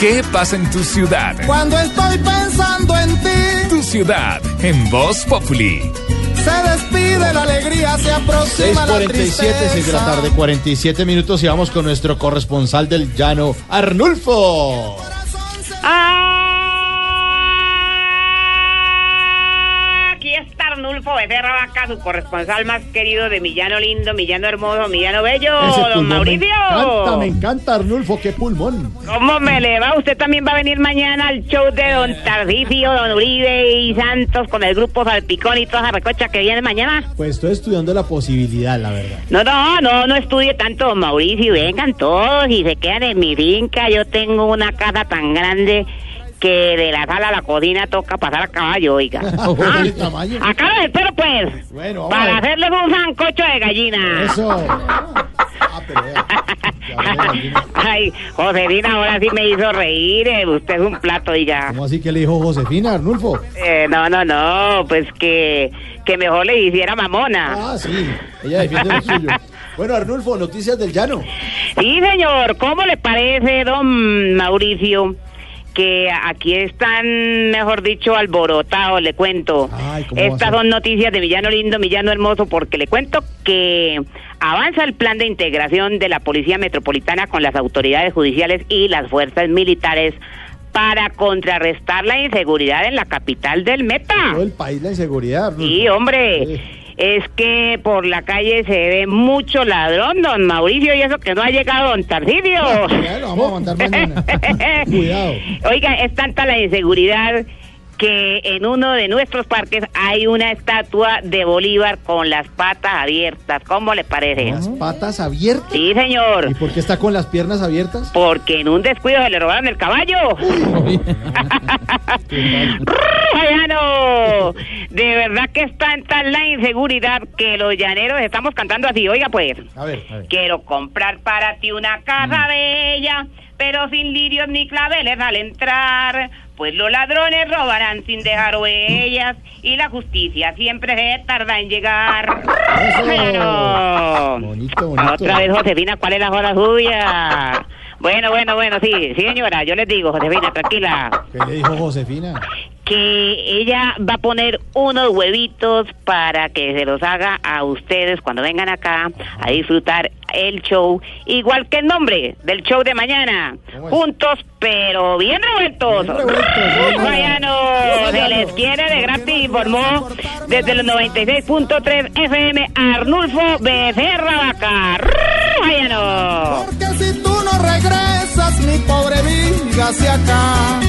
¿Qué pasa en tu ciudad? Cuando estoy pensando en ti, Tu ciudad en Voz Populi. se despide la alegría, se aproxima la 6.47, tristeza. 6 de la tarde, 47 minutos y vamos con nuestro corresponsal del llano, Arnulfo. Aquí está Arnulfo Becerra Vaca, su corresponsal más querido de Millano Lindo, Millano Hermoso, Millano Bello, don me Mauricio. encanta, me encanta Arnulfo, qué pulmón. ¿Cómo me le va? Usted también va a venir mañana al show de Eh. Don Tarcicio, Don Uribe y Santos con el grupo Salpicón y toda esa recocha que viene mañana. Pues estoy estudiando la posibilidad, la verdad. No, no, no, no estudie tanto, don Mauricio. Vengan todos y se quedan en mi finca. Yo tengo una casa tan grande que de la sala a la cocina toca pasar a caballo, oiga. Ah, el tamaño. Acá los espero, pues. Bueno, vamos para a ver. hacerles un sancocho de gallina. Eso. Ah, pero vea. Ya hablé de gallina. Ay, Joselina, ahora sí me hizo reír. eh, Usted es un plato, oiga. ¿Cómo así que le dijo Josefina, Arnulfo? Eh, no, no, no, pues que, que mejor le hiciera mamona. Ah, sí, ella defiende lo suyo. Bueno, Arnulfo, noticias del llano. Sí, señor, ¿cómo le parece, don Mauricio? Que aquí están, mejor dicho, alborotados, le cuento. Ay, ¿cómo va a Estas ser? son noticias de Villano Lindo, Villano Hermoso, porque le cuento que avanza el plan de integración de la Policía Metropolitana con las autoridades judiciales y las fuerzas militares para contrarrestar la inseguridad en la capital del Meta. Todo el país la inseguridad, Arnulfo. Sí, Sí. hombre. Es que por la calle se ve mucho ladrón, don Mauricio, y eso que no ha llegado don Tarcidio. Bueno, vamos a mandar mañana. Cuidado. Oiga, es tanta la inseguridad que en uno de nuestros parques hay una estatua de Bolívar con las patas abiertas. ¿Cómo le parece? Las patas abiertas. Sí, señor. ¿Y por qué está con las piernas abiertas? Porque en un descuido se le robaron el caballo. ¡Llano! De verdad que es tanta la inseguridad que los llaneros estamos cantando así. Oiga, pues. A ver, a ver. Mm. Quiero comprar para ti una casa bella, pero sin lirios ni claveles al entrar. Pues los ladrones robarán sin dejar huellas y la justicia siempre se tarda en llegar. Eso. Claro. Bonito, bonito. Otra vez, Josefina, ¿cuál es la hora suya? Bueno, bueno, bueno, sí, sí, señora, yo les digo, Josefina, tranquila, ¿Qué le dijo Josefina? que ella va a poner unos huevitos para que se los haga a ustedes cuando vengan acá a disfrutar el show, igual que el nombre del show de mañana, ¿Cómo es? juntos pero bien revueltos. Bien revueltos, bien Guayano, revueltos. se les quiere de gratis, informó desde los 96.3 FM Arnulfo Becerra Vaca. Guayano. Porque si tú no regresas, mi pobre vida hacia acá.